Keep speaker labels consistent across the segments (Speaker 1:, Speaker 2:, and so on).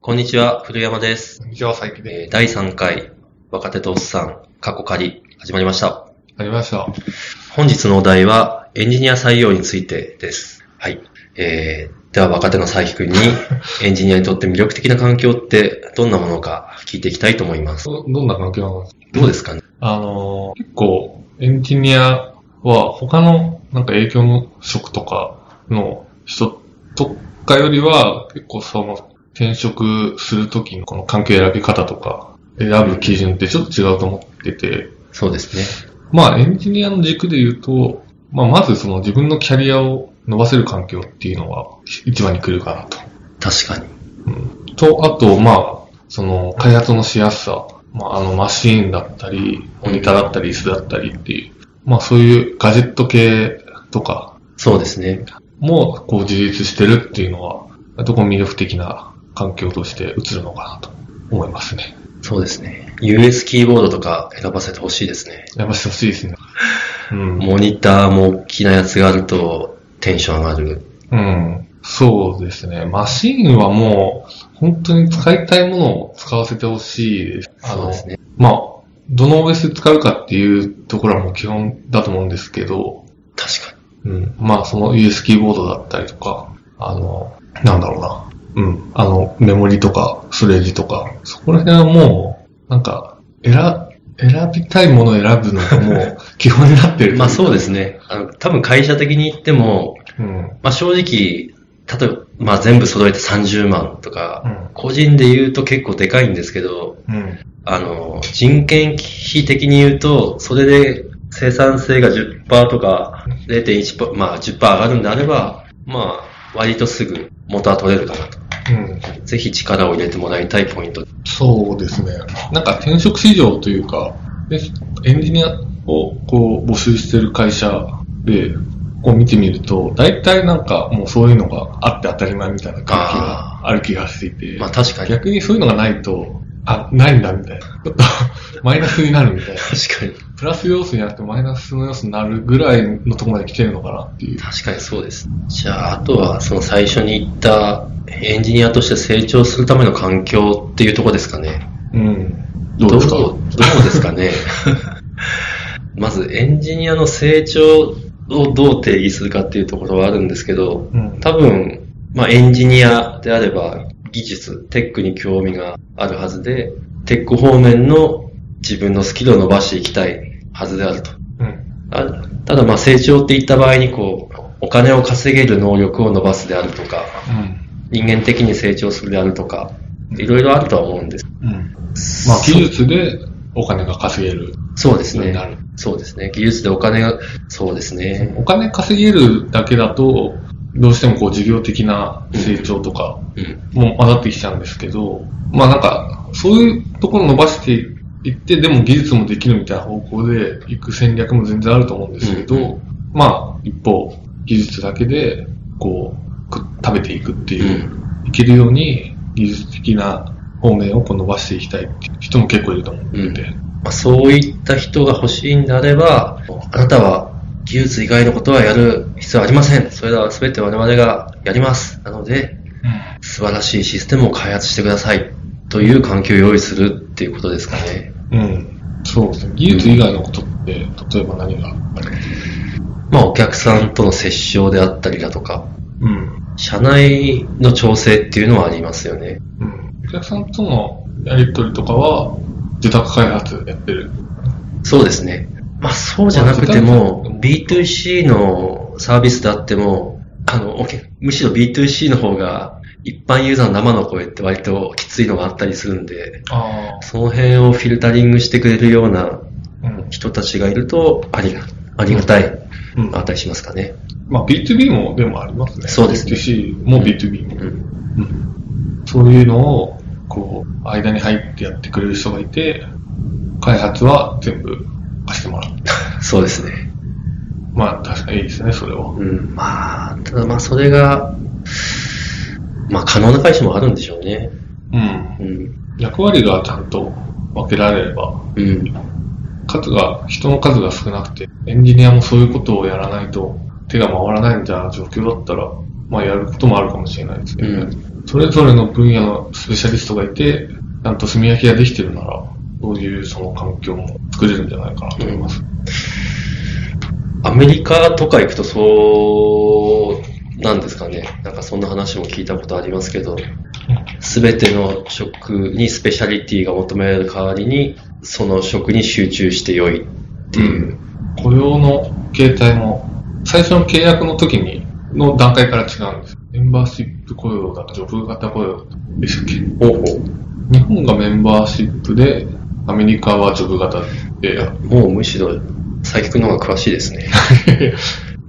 Speaker 1: こんにちは、古山です。
Speaker 2: 以上、最近で
Speaker 1: えー第3回、若手とおっさん、過去仮、始まりました。
Speaker 2: ありました。
Speaker 1: 本日のお題は、エンジニア採用についてです。はい。えー、では若手の佐伯 くんに、エンジニアにとって魅力的な環境ってどんなものか聞いていきたいと思います。
Speaker 2: どどんな環境なの
Speaker 1: どうですかね
Speaker 2: あのー、結構、エンジニアは他のなんか営業の職とかの人とかよりは、結構その転職するときのこの環境選び方とか、選ぶ基準ってちょっと違うと思ってて、
Speaker 1: そうですね。
Speaker 2: まあ、エンジニアの軸で言うと、まあ、まずその自分のキャリアを伸ばせる環境っていうのは一番に来るかなと。
Speaker 1: 確かに。
Speaker 2: と、あと、まあ、その、開発のしやすさ。まあ、あの、マシーンだったり、モニターだったり、椅子だったりっていう。まあ、そういうガジェット系とか
Speaker 1: そうですね。
Speaker 2: も、こう、自立してるっていうのは、どこも魅力的な環境として映るのかなと思いますね。
Speaker 1: そうですね。US キーボードとか選ばせてほしいですね。
Speaker 2: やばしてほしいですね。うん。
Speaker 1: モニターも大きなやつがあると、テンション上がる。
Speaker 2: うん。そうですね。マシーンはもう、本当に使いたいものを使わせてほしいです。あ
Speaker 1: そう
Speaker 2: の
Speaker 1: で、すね。
Speaker 2: まあ、どの OS 使うかっていうところはもう基本だと思うんですけど、
Speaker 1: 確かに。
Speaker 2: うん、まあその US キーボードだったりとか、あの、なんだろうな、うん、あの、メモリとか、ストレージとか、そこら辺はもう、なんか、選、選びたいものを選ぶのがもう 基本になってる。
Speaker 1: まあそうですね。あの、多分会社的に言っても、
Speaker 2: うん。うん。
Speaker 1: まあ正直、例えば、まあ全部揃えて30万とか、個人で言うと結構でかいんですけど、
Speaker 2: うん。
Speaker 1: あの、人件費的に言うと、それで生産性が10%とか0.1%、まあ10%上がるんであれば、まあ割とすぐ元は取れるかなと。
Speaker 2: うん。
Speaker 1: ぜひ力を入れてもらいたいポイント。
Speaker 2: そうですね。なんか転職市場というか、でエンジニアをこう募集してる会社で、こう見てみると、大体なんかもうそういうのがあって当たり前みたいな空気がある気がしていて、
Speaker 1: まあ確かに。確
Speaker 2: 逆にそういうのがないと、あ、ないんだみたいな。ちょっと マイナスになるみたいな。
Speaker 1: かに。
Speaker 2: プラス要素になくてマイナスの要素になるぐらいのところまで来てるのかなっていう。
Speaker 1: 確かにそうです。じゃあ、あとは、その最初に言った、エンジニアとして成長するための環境っていうところですかね。
Speaker 2: うん。どうですか
Speaker 1: どうどうですかね。 まず、エンジニアの成長をどう定義するかっていうところはあるんですけど、
Speaker 2: うん。
Speaker 1: 多分、まあ、エンジニアであれば、技術、テックに興味があるはずで、テック方面の自分のスキルを伸ばしていきたいはずであると。
Speaker 2: うん。
Speaker 1: あただまあ成長って言った場合にこう、お金を稼げる能力を伸ばすであるとか、人間的に成長するであるとか、いろいろあるとは思うんです。
Speaker 2: うん。うん。まあ技術でお金が稼げる
Speaker 1: そうです
Speaker 2: ように
Speaker 1: ね。
Speaker 2: なる。
Speaker 1: そうですね。技術でお金が、そうですね。
Speaker 2: お金稼げるだけだと、どうしてもこう事業的な成長とか
Speaker 1: うん。
Speaker 2: も混ざってきちゃうんですけど、まあなんか、そういうところ伸ばしていって、でも技術もできるみたいな方向で行く戦略も全然あると思うんですけど、
Speaker 1: うんう
Speaker 2: まあ一方、技術だけでこうく食べていくって
Speaker 1: う
Speaker 2: いう、
Speaker 1: ん。
Speaker 2: いけるように技術的な方面をこう伸ばしていきたいっていう人も結構いると思ってて、
Speaker 1: まあ、そういった人が欲しいんであれば、あなたは技術以外のことはやる必要はありません。それらは全て我々がやります。なので、素晴らしいシステムを開発してください。という環境を用意するっていうことですかね。
Speaker 2: うん、そうですね。技術以外のことって、例えば何がある
Speaker 1: まあ、お客さんとの接触であったりだとか、
Speaker 2: うん。
Speaker 1: 社内の調整っていうのはありますよね。
Speaker 2: うんお客さんとのやりとりとかは、自宅開発やってる。
Speaker 1: そうですね。まあ、そうじゃなくても、B2C のサービスであっても、あの、おけむしろ B2C の方が、一般ユーザーの生の声って割ときついのがあったりするんで、
Speaker 2: あ
Speaker 1: その辺をフィルタリングしてくれるような
Speaker 2: あ。うん。
Speaker 1: 人たちがいると、ありが、ありがたい、
Speaker 2: うん、
Speaker 1: あったりしますかね。
Speaker 2: まあ B2B もでもありますね。
Speaker 1: そうですね
Speaker 2: B2C も B2B も。
Speaker 1: うん。
Speaker 2: うん。そういうのを、こう、間に入ってやってくれる人がいて、開発は全部貸してもらう。
Speaker 1: そうですね。
Speaker 2: まあ確かにいいですね、それは。
Speaker 1: うん、まあ、ただまあそれが、まあ可能な会社もあるんでしょうね。
Speaker 2: うん。
Speaker 1: うん。
Speaker 2: 役割がちゃんと分けられれば、
Speaker 1: うん。
Speaker 2: 数が、人の数が少なくて、エンジニアもそういうことをやらないと手が回らないみたいな状況だったら、まあやることもあるかもしれないですけど、
Speaker 1: う
Speaker 2: ね
Speaker 1: ん
Speaker 2: それぞれの分野のスペシャリストがいて、ちゃんと炭焼きができてるなら、そういうその環境も作れるんじゃないかなと思います。
Speaker 1: アメリカとか行くとそうなんですかね。なんかそんな話も聞いたことありますけど、すべての職にスペシャリティが求められる代わりに、その職に集中して良いっていう。
Speaker 2: 雇用の形態も、最初の契約の時に、の段階から違うんです。メンバーシップ雇用だと、ジョブ型雇用でしたっけ
Speaker 1: 方法
Speaker 2: 日本がメンバーシップで、アメリカはジョブ型で、
Speaker 1: もうむしろ、最近の方が詳しいですね。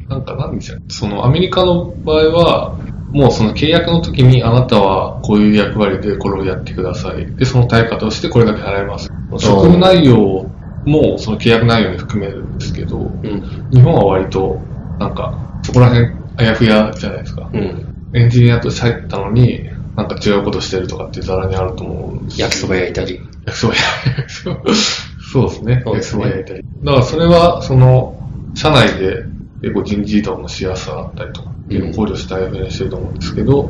Speaker 2: なんかなんでしょうそのアメリカの場合は、もうその契約の時にあなたはこういう役割でこれをやってください。で、その対価としてこれだけ払います。職務内容もその契約内容に含めるんですけ
Speaker 1: う
Speaker 2: ど、
Speaker 1: ん。
Speaker 2: 日本は割と、なんか、そこら辺あやふやじゃないですか。
Speaker 1: うん。
Speaker 2: エンジニアとして入ったのに、なんか違うことしてるとかってざらにあると思うんですよ
Speaker 1: 焼きそば焼いたり。
Speaker 2: 焼きそば焼いたり。そうですね。
Speaker 1: そう
Speaker 2: 焼
Speaker 1: で
Speaker 2: き
Speaker 1: す
Speaker 2: そ
Speaker 1: ね
Speaker 2: ば焼いたり。だからそれは、その、社内で結構人事異動のしやすさだったりとかっていうのを考慮した役にしてると思うんですけど、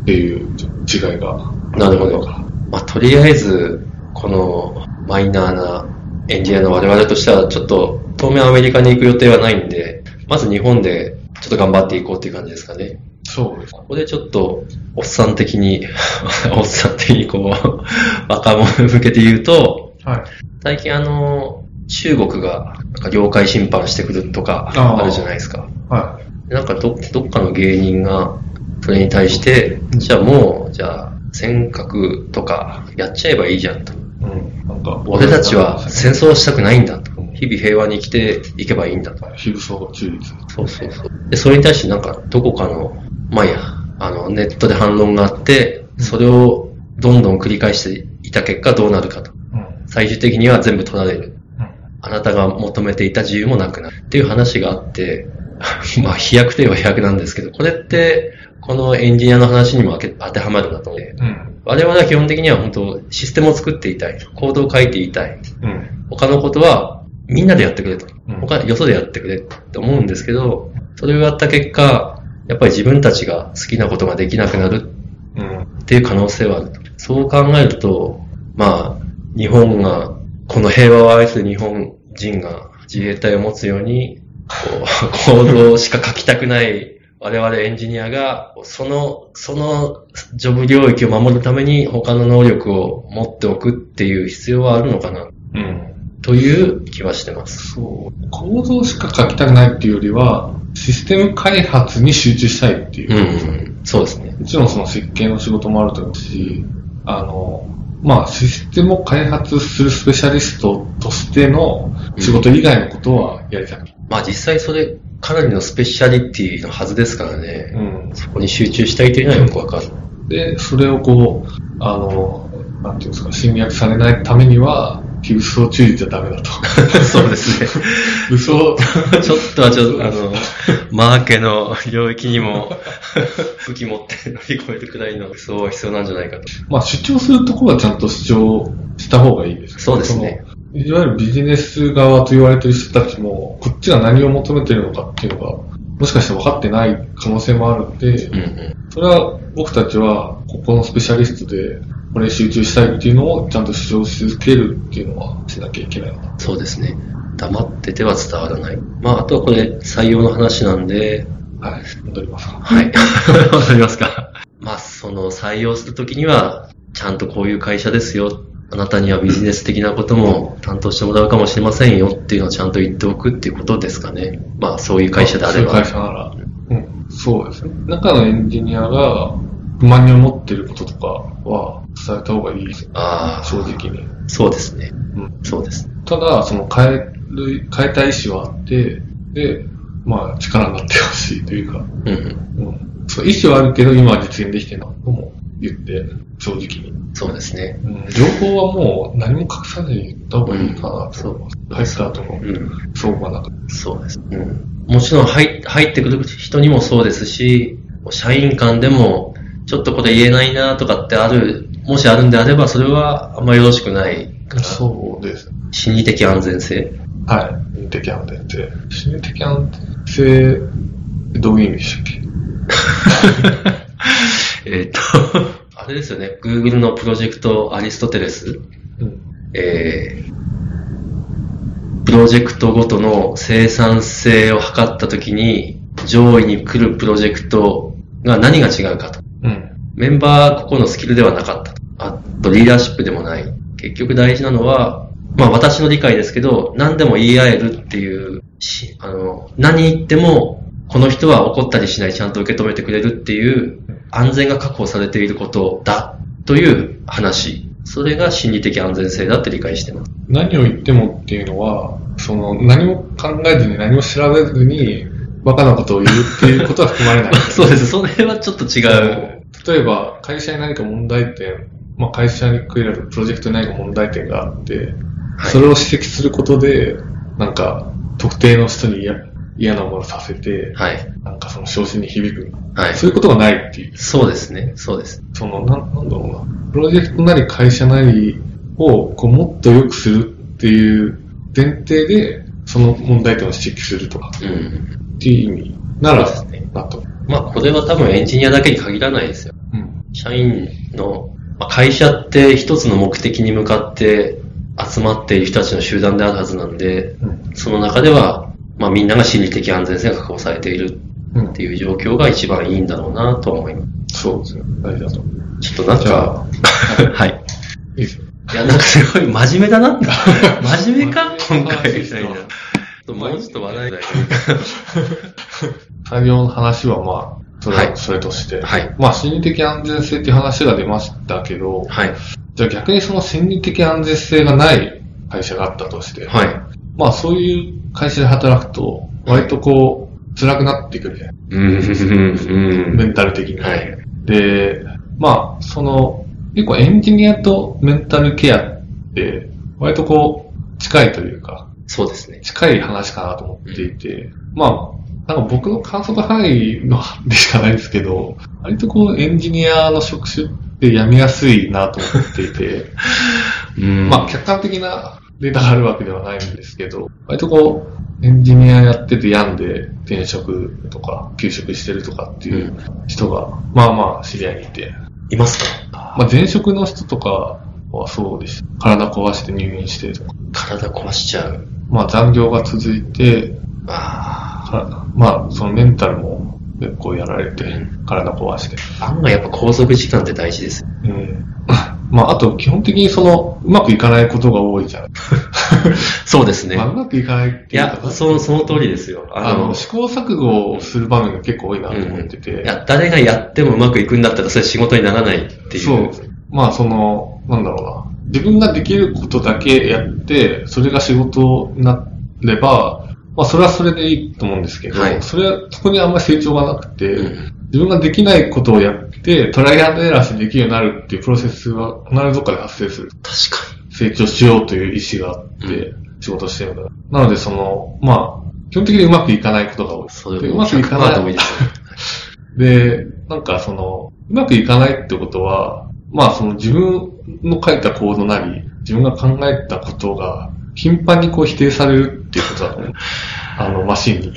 Speaker 2: っていう違いが。
Speaker 1: なるほど。まあ、とりあえず、このマイナーなエンジニアの我々としては、ちょっと当面アメリカに行く予定はないんで、まず日本でちょっと頑張っていこうっていう感じですかね。
Speaker 2: そうです。
Speaker 1: ここでちょっと、おっさん的に、 おっさん的にこう、若者向けて言うと、
Speaker 2: はい。
Speaker 1: 最近あの、中国がなんか領海侵犯してくるとか
Speaker 2: あー
Speaker 1: あるじゃないですか。
Speaker 2: は
Speaker 1: でなんかどどっかの芸人がそれに対して、じゃあもう、じゃあ尖閣とかやっちゃえばいいじゃんと。
Speaker 2: い。うん。なんか、
Speaker 1: 俺たちは戦争したくないんだと。日々平和に生きていけばいいんだと。
Speaker 2: 非武装中立。
Speaker 1: そうそうそう。で、それに対してなんかどこかの、まあいいや、あの、ネットで反論があって、それをどんどん繰り返していた結果どうなるかと。
Speaker 2: うん。
Speaker 1: 最終的には全部取られる。
Speaker 2: うん。
Speaker 1: あなたが求めていた自由もなくなるっていう話があって、 まあ飛躍といえば飛躍なんですけど、これってこのエンジニアの話にも当て当てはまるなと思って、
Speaker 2: うん。
Speaker 1: 我々は基本的には本当システムを作っていたい、コードを書いていたい、
Speaker 2: うん。
Speaker 1: 他のことはみんなでやってくれと
Speaker 2: うん、
Speaker 1: 他よそでやってくれって思うんですけど、それをやった結果、やっぱり自分たちが好きなことができなくなる
Speaker 2: うん。
Speaker 1: っていう可能性はあると。そう考えると、まあ、日本が、この平和を愛する日本人が自衛隊を持つように、こう、行動しか書きたくない我々エンジニアが、その、そのジョブ領域を守るために他の能力を持っておくっていう必要はあるのかな、
Speaker 2: うん。
Speaker 1: という気はしてます。
Speaker 2: そう。構造しか書きたくないっていうよりは、システム開発に集中したいっていうう。
Speaker 1: ん、うん、そうですね。
Speaker 2: もちろんその設計の仕事もあると思うし、あの、まあ、システムを開発するスペシャリストとしての仕事以外のことはやりたくない。
Speaker 1: まあ実際それ、かなりのスペシャリティのはずですからね。
Speaker 2: うん。
Speaker 1: そこに集中したいというのはよくわかる。
Speaker 2: で、それをこう、あの、なんていうんですか、侵略されないためには、非武装中立じゃダ メだと。
Speaker 1: そうですね。
Speaker 2: 武装、
Speaker 1: ちょっとはちょっと、あ の、マーケの領域に も、武器持って乗り越えるくらいの武装は必要なんじゃないかと。
Speaker 2: まあ主張するところはちゃんと主張した方がいいですね
Speaker 1: そうですね。
Speaker 2: そのいわゆるビジネス側と言われてる人たちも、こっちが何を求めてるのかっていうのが、もしかして分かってない可能性もあるんで、
Speaker 1: うんうん。
Speaker 2: それは僕たちは、ここのスペシャリストで、これに集中したいっていうのをちゃんと主張し続けるっていうのはしなきゃいけないな。
Speaker 1: そうですね。黙ってては伝わらない。まあ、あとはこれ、採用の話なんで、
Speaker 2: はい。戻りますか。
Speaker 1: はい。わかりますか。まあ、その、採用するときには、ちゃんとこういう会社ですよ。あなたにはビジネス的なことも担当してもらうかもしれませんよっていうのをちゃんと言っておくっていうことですかね。まあ、そういう会社であれば。
Speaker 2: そういう会社なら。うん。そうですね。中のエンジニアが不満に思ってることとかは伝えた方がいいです。
Speaker 1: あ
Speaker 2: 正直に。
Speaker 1: あ、そうですね。
Speaker 2: うん
Speaker 1: そうです。
Speaker 2: ただ、その変える、変えたい意思はあって、で、まあ力になってほしいというか、
Speaker 1: うんうん、
Speaker 2: うん。そう、意思はあるけど今は実現できてないとも言って、正直に。
Speaker 1: そうですね。
Speaker 2: うん。情報はもう何も隠さずに言った方がいいかなと思います。入った後も、
Speaker 1: うん、
Speaker 2: そうかなと。
Speaker 1: そうです。うん、もちろん入入ってくる人にもそうですし、社員間でも、ちょっとこれ言えないなとかってある、もしあるんであれば、それはあんまよろしくないから、
Speaker 2: そうです。
Speaker 1: 心理的安全 性。
Speaker 2: はい。心理的安定って。心理的安定性、どういう意味でしたっけ
Speaker 1: えーっと、あれですよね、Google のプロジェクトアリストテレス、
Speaker 2: うん。
Speaker 1: えープロジェクトごとの生産性を測ったときに、上位に来るプロジェクトが何が違うかと。
Speaker 2: うん。
Speaker 1: メンバー個々のスキルではなかったと。あと、リーダーシップでもない。結局大事なのは、まあ私の理解ですけど、何でも言い合えるっていうし、あの、何言っても、この人は怒ったりしない、ちゃんと受け止めてくれるっていう、安全が確保されていることだという話。それが心理的安全性だって理解してます。
Speaker 2: 何を言ってもっていうのは、その、何も考えずに何も調べずに、バカなことを言うっていうことは含まれない。
Speaker 1: そうです。それはちょっと違う。
Speaker 2: 例えば、会社に何か問題点、まあ、会社に限らずプロジェクトに何か問題点があって、
Speaker 1: はい
Speaker 2: それを指摘することで、なんか、特定の人に嫌嫌な思いをさせて、
Speaker 1: はい。
Speaker 2: なんかその昇進に響く。
Speaker 1: はい。
Speaker 2: そういうことがないっていう。
Speaker 1: そうですね。そうです。
Speaker 2: その、なんなんだろうな。プロジェクトなり会社なりを、こう、もっと良くするっていう前提で、その問題点を指摘するとか
Speaker 1: うん。
Speaker 2: っていう意味な
Speaker 1: そう
Speaker 2: ら
Speaker 1: で、すね。
Speaker 2: なと。
Speaker 1: まあこれは多分エンジニアだけに限らないですよ。
Speaker 2: うん。
Speaker 1: 社員の、まあ会社って一つの目的に向かって集まっている人たちの集団であるはずなんで、
Speaker 2: うん。
Speaker 1: その中では、まあ、みんなが心理的安全性が確保されている
Speaker 2: うん
Speaker 1: って。いう状況が一番いいんだろうなとは思いま
Speaker 2: そうですね。大事だと思う。
Speaker 1: す。ちょっとなん
Speaker 2: じゃ
Speaker 1: か
Speaker 2: あ、
Speaker 1: はい。
Speaker 2: いいですよ。
Speaker 1: いや、なんかすごい真面目だ な。真面目か今回みたいな。ちょ
Speaker 2: は
Speaker 1: っともうちょっと話題ない。
Speaker 2: 採用の話はまあ、それ
Speaker 1: は
Speaker 2: は、
Speaker 1: い
Speaker 2: それとして。
Speaker 1: はい。
Speaker 2: まあ、心理的安全性っていう話が出ましたけど、
Speaker 1: はい。
Speaker 2: じゃあ逆にその心理的安全性がない会社があったとして、
Speaker 1: は
Speaker 2: まあそういう会社で働くと、割とこう、辛くなってくるじゃない
Speaker 1: い。うん、うん、
Speaker 2: メ
Speaker 1: う
Speaker 2: ンタル的に。
Speaker 1: ん。はい。
Speaker 2: で、まあ、その、結構エンジニアとメンタルケアって、割とこう、近いというか、
Speaker 1: そうですね。
Speaker 2: 近い話かなと思っていて、まあ、なんか僕の観測範囲のでしかないですけど、割とこうエンジニアの職種ってやみやすいなと思っていて、
Speaker 1: うん
Speaker 2: まあ客観的なデータがあるわけではないんですけど、割とこうエンジニアやってて病んで転職とか休職してるとかっていう人が、まあまあ知り合いにいて、
Speaker 1: いますか
Speaker 2: まあ前職の人とかはそうです。体壊して入院してとか、
Speaker 1: 体壊しちゃう。
Speaker 2: まあ残業が続いて、
Speaker 1: あ
Speaker 2: かまあ、そのメンタルも結構やられて
Speaker 1: う、
Speaker 2: 体壊して。
Speaker 1: あ、案外やっぱ拘束時間って大事です。
Speaker 2: うん。 まあ、あと、基本的にその、うまくいかないことが多いじゃない
Speaker 1: そうですね。
Speaker 2: まあ、うまくいかないっ
Speaker 1: い
Speaker 2: ていう
Speaker 1: や
Speaker 2: か、、
Speaker 1: その、その通りですよ。あ
Speaker 2: あの、
Speaker 1: の、
Speaker 2: 試行錯誤をする場面が結構多いなと思って
Speaker 1: い
Speaker 2: て、
Speaker 1: や、誰がやってもうまくいくんだったらそれ仕事にならないっていう。
Speaker 2: そう。まあ、その、なんだろうな。自分ができることだけやって、それが仕事になれば、まあ、それはそれでいいと思うんですけど、
Speaker 1: はい
Speaker 2: それは、そこにあんまり成長がなくて、
Speaker 1: うん
Speaker 2: 自分ができないことをやって、トライアンドエラーしてできるようになるっていうプロセスは必ずどっかで発生する。
Speaker 1: 確か
Speaker 2: 成長しようという意思があって、仕事してるから。なので、その、まあ、基本的にうまくいかないことが多い
Speaker 1: に。。それ
Speaker 2: でう
Speaker 1: も
Speaker 2: まくいかない
Speaker 1: 100%でもいいですよ。
Speaker 2: で、なんかその、うまくいかないってことは、まあその自分の書いたコードなり、自分が考えたことが、頻繁にこう否定されるっていうことだ と思う。あの、マシンに。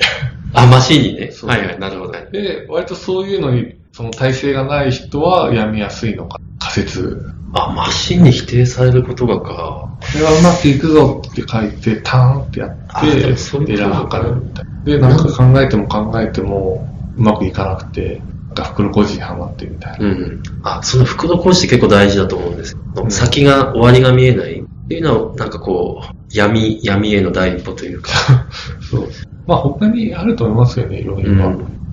Speaker 1: あ、マシーンに ね。
Speaker 2: そう
Speaker 1: はいはい、なるほどね。
Speaker 2: で、割とそういうのに、その体制がない人は病みやすいのか、仮説
Speaker 1: あ、マシーンに否定されることがか。
Speaker 2: これはうまくいくぞって書いて、ターンってやっ
Speaker 1: あでもそういう
Speaker 2: て、
Speaker 1: こ
Speaker 2: エ
Speaker 1: と
Speaker 2: ラー測るみたいな。で、なんか考えても考えても、うまくいかなくて、なんか袋小路にはまってみたいな。
Speaker 1: うん。あ、その袋小路って結構大事だと思うんですよ。
Speaker 2: うん
Speaker 1: 先が、終わりが見えないっていうのは、なんかこう、闇、闇への第一歩というか。
Speaker 2: そう。まあ他にあると思いますよね、いろいろ。
Speaker 1: うん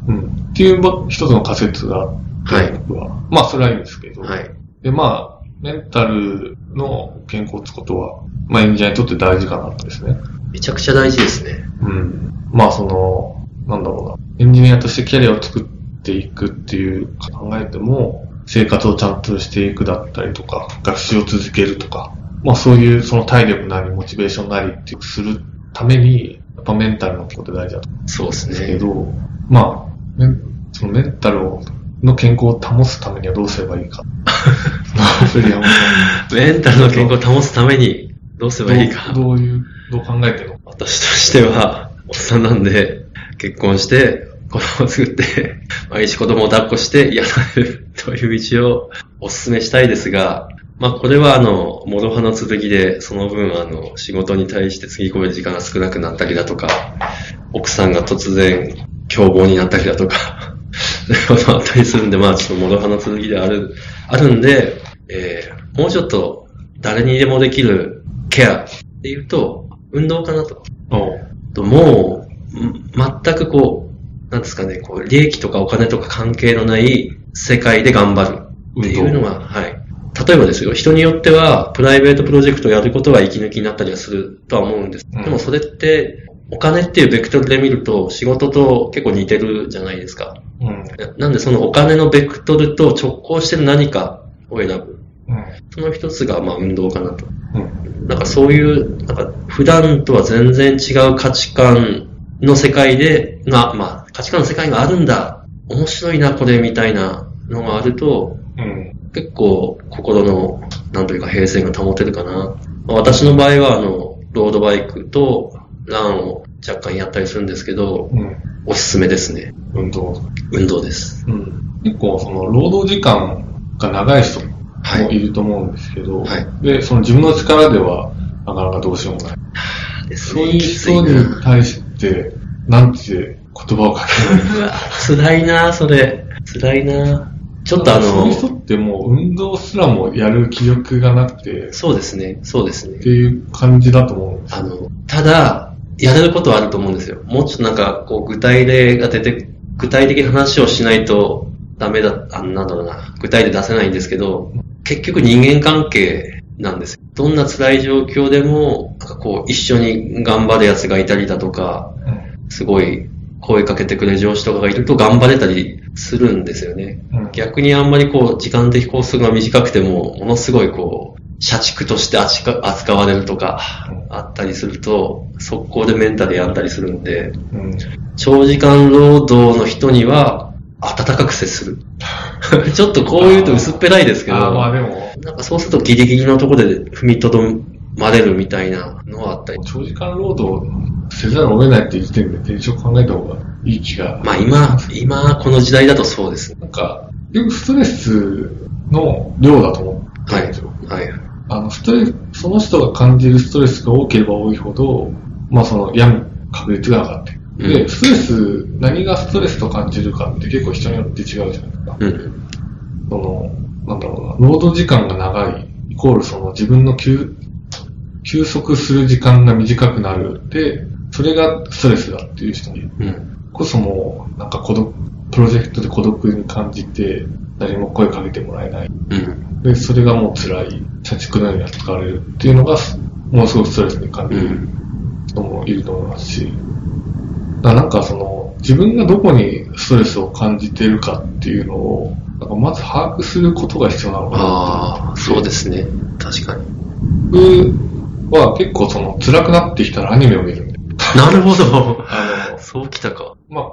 Speaker 2: うん。っていうぼ一つの仮説があって、
Speaker 1: はい
Speaker 2: 僕は。まあそれはいいんですけど。
Speaker 1: はい。
Speaker 2: で、まあ、メンタルの健康ってことは、まあエンジニアにとって大事かなとですね。
Speaker 1: めちゃくちゃ大事ですね。
Speaker 2: うん。まあその、なんだろうな。エンジニアとしてキャリアを作っていくっていう考えても、生活をちゃんとしていくだったりとか、学習を続けるとか、まあそういうその体力なり、モチベーションなりっていうするために、やっぱメンタルのことで大事だと思
Speaker 1: そうです
Speaker 2: うんですけ
Speaker 1: ね。
Speaker 2: ど、まあ、メンそのメンタルをの健康を保つためにはどうすればいいか。それ山本さ
Speaker 1: メンタルの健康を保つために、どうすればいいか
Speaker 2: ん。どうどういう、どう考えてるのか。
Speaker 1: 私としては、おっさんなんで、結婚して、子供を作って、毎日子供を抱っこしてやられるという道をお勧めしたいですが、まあこれはあの、諸刃の剣で、その分あの、仕事に対してつぎ込める時間が少なくなったりだとか、奥さんが突然凶暴になったりだとか、そういうことがあったりするんで、まあちょっと諸刃の剣である、あるんで、えーもうちょっと誰にでもできるケアっていうと、運動かなと。
Speaker 2: おう
Speaker 1: ともうん全くこう、なんですかね、こう、利益とかお金とか関係のない世界で頑張るっていうのが、はい。例えばですよ、人によっては、プライベートプロジェクトをやることは息抜きになったりはするとは思うんです。
Speaker 2: うん
Speaker 1: でもそれって、お金っていうベクトルで見ると、仕事と結構似てるじゃないですか。
Speaker 2: うん。
Speaker 1: ななんでそのお金のベクトルと直行してる何かを選ぶ。
Speaker 2: う
Speaker 1: その一つが、まあ、運動かなと。
Speaker 2: ん。うん。
Speaker 1: なんかそういう、なんか普段とは全然違う価値観の世界で、が、まあ、価値観の世界があるんだ。面白いな、これ、みたいなのがあると、
Speaker 2: うん。
Speaker 1: 結構心の、なんというか平静が保てるかな。まあ私の場合は、あの、ロードバイクとランを若干やったりするんですけど、
Speaker 2: うん。
Speaker 1: おすすめですね。
Speaker 2: 運動。
Speaker 1: 運動です。
Speaker 2: うん。結構、その、労働時間が長い人も
Speaker 1: はい。
Speaker 2: いると思うんですけど、
Speaker 1: はい。
Speaker 2: で、その自分の力では、なかなかどうしようもない。
Speaker 1: です
Speaker 2: そう
Speaker 1: ね
Speaker 2: いう
Speaker 1: きつい
Speaker 2: 人に対して、なんて言葉をかける
Speaker 1: なうわ辛いな、それ。辛いな。ちょっとあ
Speaker 2: そう
Speaker 1: の
Speaker 2: いう、人ってもう運動すらもやる気力がなくて、
Speaker 1: そうですね、そうですね
Speaker 2: って。いう感じだと思うんです。
Speaker 1: あの、ただ、やれることはあると思うんですよ。もうちょっとなんか、こう、具体例が出て、具体的な話をしないとダメだ、あなんだろうな、具体で出せないんですけど、結局人間関係なんですよ。どんな辛い状況でも、なんかこう、一緒に頑張る奴がいたりだとか、すごい声かけてくれる上司とかがいると頑張れたりするんですよね。
Speaker 2: うん
Speaker 1: 逆にあんまりこう、時間的拘束が短くても、ものすごいこう、社畜として扱扱われるとか
Speaker 2: うん、
Speaker 1: あったりすると、速攻でメンタルやんだりするんで、
Speaker 2: うん
Speaker 1: 長時間労働の人には、温かく接する。 ちょっとこう言うと薄っぺらいですけど、
Speaker 2: あーまあでも、
Speaker 1: なんかそうするとギリギリのところで踏みとどまれるみたいなのはあったり。
Speaker 2: 長時間労働せざるを得ないっていう時点で転職考えた方がいい気が。
Speaker 1: まあ今、今、この時代だとそうですね。
Speaker 2: なんか、よくストレスの量だと思うんですよ。
Speaker 1: はい。
Speaker 2: あの、ストレス、その人が感じるストレスが多ければ多いほど、まあその病む確率が上がっていく。
Speaker 1: う
Speaker 2: で、
Speaker 1: ん
Speaker 2: ストレス、何がストレスと感じるかって結構人によって違うじゃないですか。
Speaker 1: うん。
Speaker 2: その、なんだろうな、労働時間が長い、イコールその自分の休、休息する時間が短くなる。で、それがストレスだっていう人に
Speaker 1: うん。
Speaker 2: こそもう、なんか孤独、プロジェクトで孤独に感じて、誰も声かけてもらえない。
Speaker 1: うん。
Speaker 2: で、それがもう辛い、社畜のように扱われるっていうのが、ものすごくストレスに感
Speaker 1: う
Speaker 2: じる
Speaker 1: ん。
Speaker 2: 人もいると思いますし、だからなんかその、自分がどこにストレスを感じているかっていうのを、なんかまず把握することが必要なのかな
Speaker 1: ああ、そうですね。確かに。
Speaker 2: 僕は結構その辛くなってきたらアニメを見るんで。
Speaker 1: なるほど。
Speaker 2: あの、
Speaker 1: そうきたか。
Speaker 2: まあ、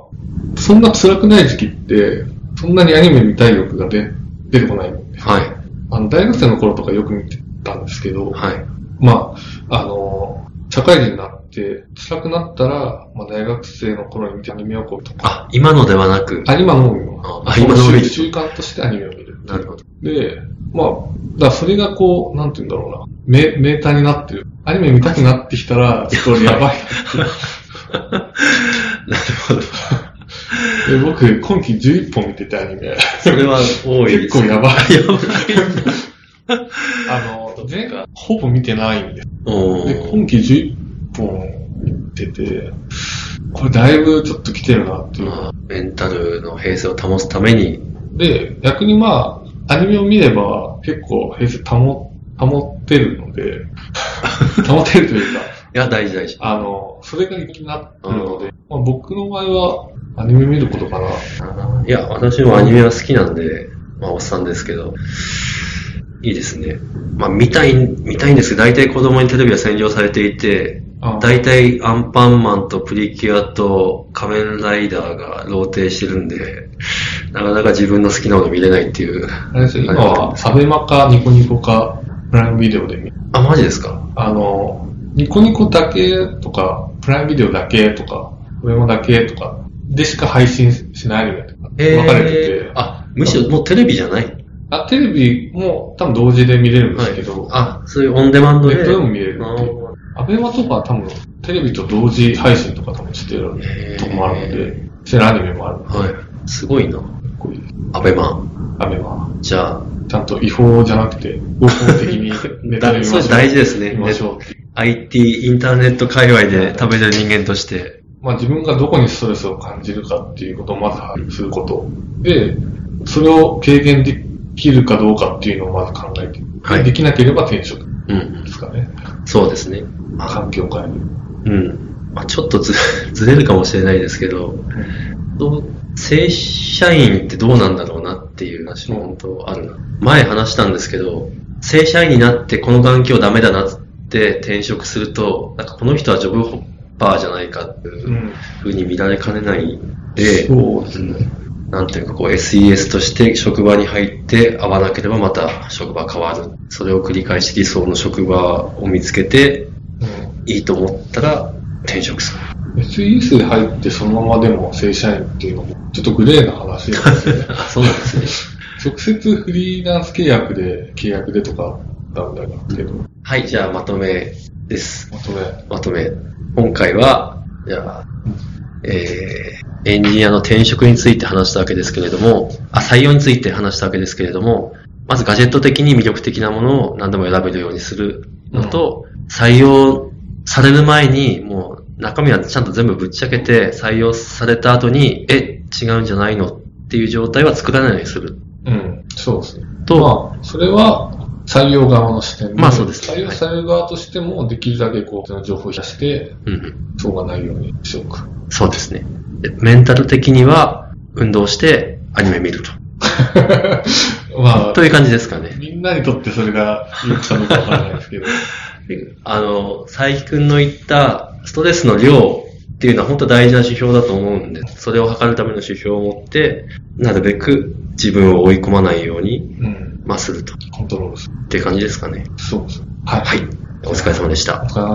Speaker 2: そんな辛くない時期って、そんなにアニメ見たい欲が出出てこないんで。
Speaker 1: はい。
Speaker 2: あの、大学生の頃とかよく見てたんですけど、
Speaker 1: はい。
Speaker 2: まあ、あの、社会人になって辛くなったら、まあ大学生の頃に見てアニメをこうとか、
Speaker 1: あ、今のではなく。
Speaker 2: アニマのを見ま
Speaker 1: あ、
Speaker 2: す。
Speaker 1: 今の
Speaker 2: 習習慣としてアニメを見る。
Speaker 1: なるほど。
Speaker 2: で、まあ、だからそれがこう、なんて言うんだろうな、メメーターになってる。アニメ見たくなってきたら、ちょっとやば い。
Speaker 1: なるほど。
Speaker 2: で僕、今期11本見ててアニメ。
Speaker 1: それは多いで
Speaker 2: 結
Speaker 1: す。
Speaker 2: 構やばい。
Speaker 1: やばい。
Speaker 2: あの、前回、ほぼ見てないんです。
Speaker 1: お
Speaker 2: で、
Speaker 1: ー
Speaker 2: 今期11本見てて、これだいぶちょっと来てるなっていう。
Speaker 1: まあメンタルの平静を保つために、
Speaker 2: で、逆にまあ、アニメを見れば結構平成保、保ってるの で、保てるというか、
Speaker 1: いや、大事大事。
Speaker 2: あの、それが気になってるので、まあ、僕の場合はアニメ見ることかな。
Speaker 1: いや、私もアニメは好きなんで、まあ、おっさんですけど、いいですね。まあ、見たい、見たいんですけど、大体子供にテレビは占領されていて、
Speaker 2: あ
Speaker 1: 大体アンパンマンとプリキュアと仮面ライダーがローテしてるんで、なかなか自分の好きなもの見れないっていう。
Speaker 2: あれですよ今はサベマかニコニコかプライムビデオで見
Speaker 1: あ、マジですか
Speaker 2: あの、ニコニコだけとか、プライムビデオだけとか、ウェモだけとかでしか配信しないアニメとか、
Speaker 1: えー
Speaker 2: 分かれてて、
Speaker 1: あ、むしろもうテレビじゃない。
Speaker 2: あ、テレビも多分同時で見れるんですけど、
Speaker 1: あ、そういうオンデマンド
Speaker 2: ネ
Speaker 1: で。
Speaker 2: ットでも見れる
Speaker 1: あ
Speaker 2: っていう。アベマとかは多分、テレビと同時配信とか多分してる
Speaker 1: ー
Speaker 2: とこもあるので、してるアニメもあるので、
Speaker 1: はい。すごいな。
Speaker 2: こういう
Speaker 1: アベマ。
Speaker 2: アベマは。
Speaker 1: じゃあ、
Speaker 2: ちゃんと違法じゃなくて、合法的にネットで見ましょ。
Speaker 1: そうれ大事ですね。
Speaker 2: 見ましょう。
Speaker 1: IT、インターネット界隈で食べてる人間として。
Speaker 2: まあ自分がどこにストレスを感じるかっていうことをまず把握すること。で、それを軽減できるかどうかっていうのをまず考えて、
Speaker 1: はい
Speaker 2: できなければ転職
Speaker 1: うん。
Speaker 2: ですかね。
Speaker 1: そうですね。あ
Speaker 2: 環境を変える。
Speaker 1: うん。まあ、ちょっとず ずれるかもしれないですけど、どう正社員ってどうなんだろうなっていう話も本当あるな。前話したんですけど、正社員になってこの環境ダメだなって転職すると、なんかこの人はジョブホッパーじゃないかっていうふうに見られかねないんで、
Speaker 2: そうですね。
Speaker 1: なんていうかこう SES として職場に入って会わなければまた職場変わる。それを繰り返し理想の職場を見つけていいと思ったら転職する。
Speaker 2: うん、SES で入ってそのままでも正社員っていうのもちょっとグレーな話なんですよね。
Speaker 1: あ、そうなんですね。
Speaker 2: 直接フリーランス契約で、契約でとかだったんだけど、ま
Speaker 1: はい、じゃあまとめです。
Speaker 2: とめ、
Speaker 1: まとめ。今回は、じゃあ、えー、エンジニアの転職について話したわけですけれども、あ、採用について話したわけですけれども、まずガジェット的に魅力的なものを何でも選べるようにするのと、採用される前に、もう中身はちゃんと全部ぶっちゃけて、採用された後に、え、違うんじゃないのっていう状態は作らないようにする
Speaker 2: うん、そうですね。
Speaker 1: と、
Speaker 2: まあ、それは採用側の視点で、
Speaker 1: まあそうです
Speaker 2: 採用される側としても、できるだけこう、その情報を出して、
Speaker 1: うんうん。
Speaker 2: そうがないようにしようか。
Speaker 1: そうですね。でメンタル的には、運動してアニメ見ると。
Speaker 2: まあ、
Speaker 1: という感じですかね。
Speaker 2: みんなにとってそれが良くたのかわからないです けど、
Speaker 1: あの、佐伯くんの言ったストレスの量っていうのは本当大事な指標だと思うんで、それを測るための指標を持って、なるべく自分を追い込まないように、
Speaker 2: うん、
Speaker 1: まあすると。
Speaker 2: コントロールする。
Speaker 1: っていう感じですかね。
Speaker 2: そうです。はい。
Speaker 1: はい。お疲れ様でした
Speaker 2: お。疲れ様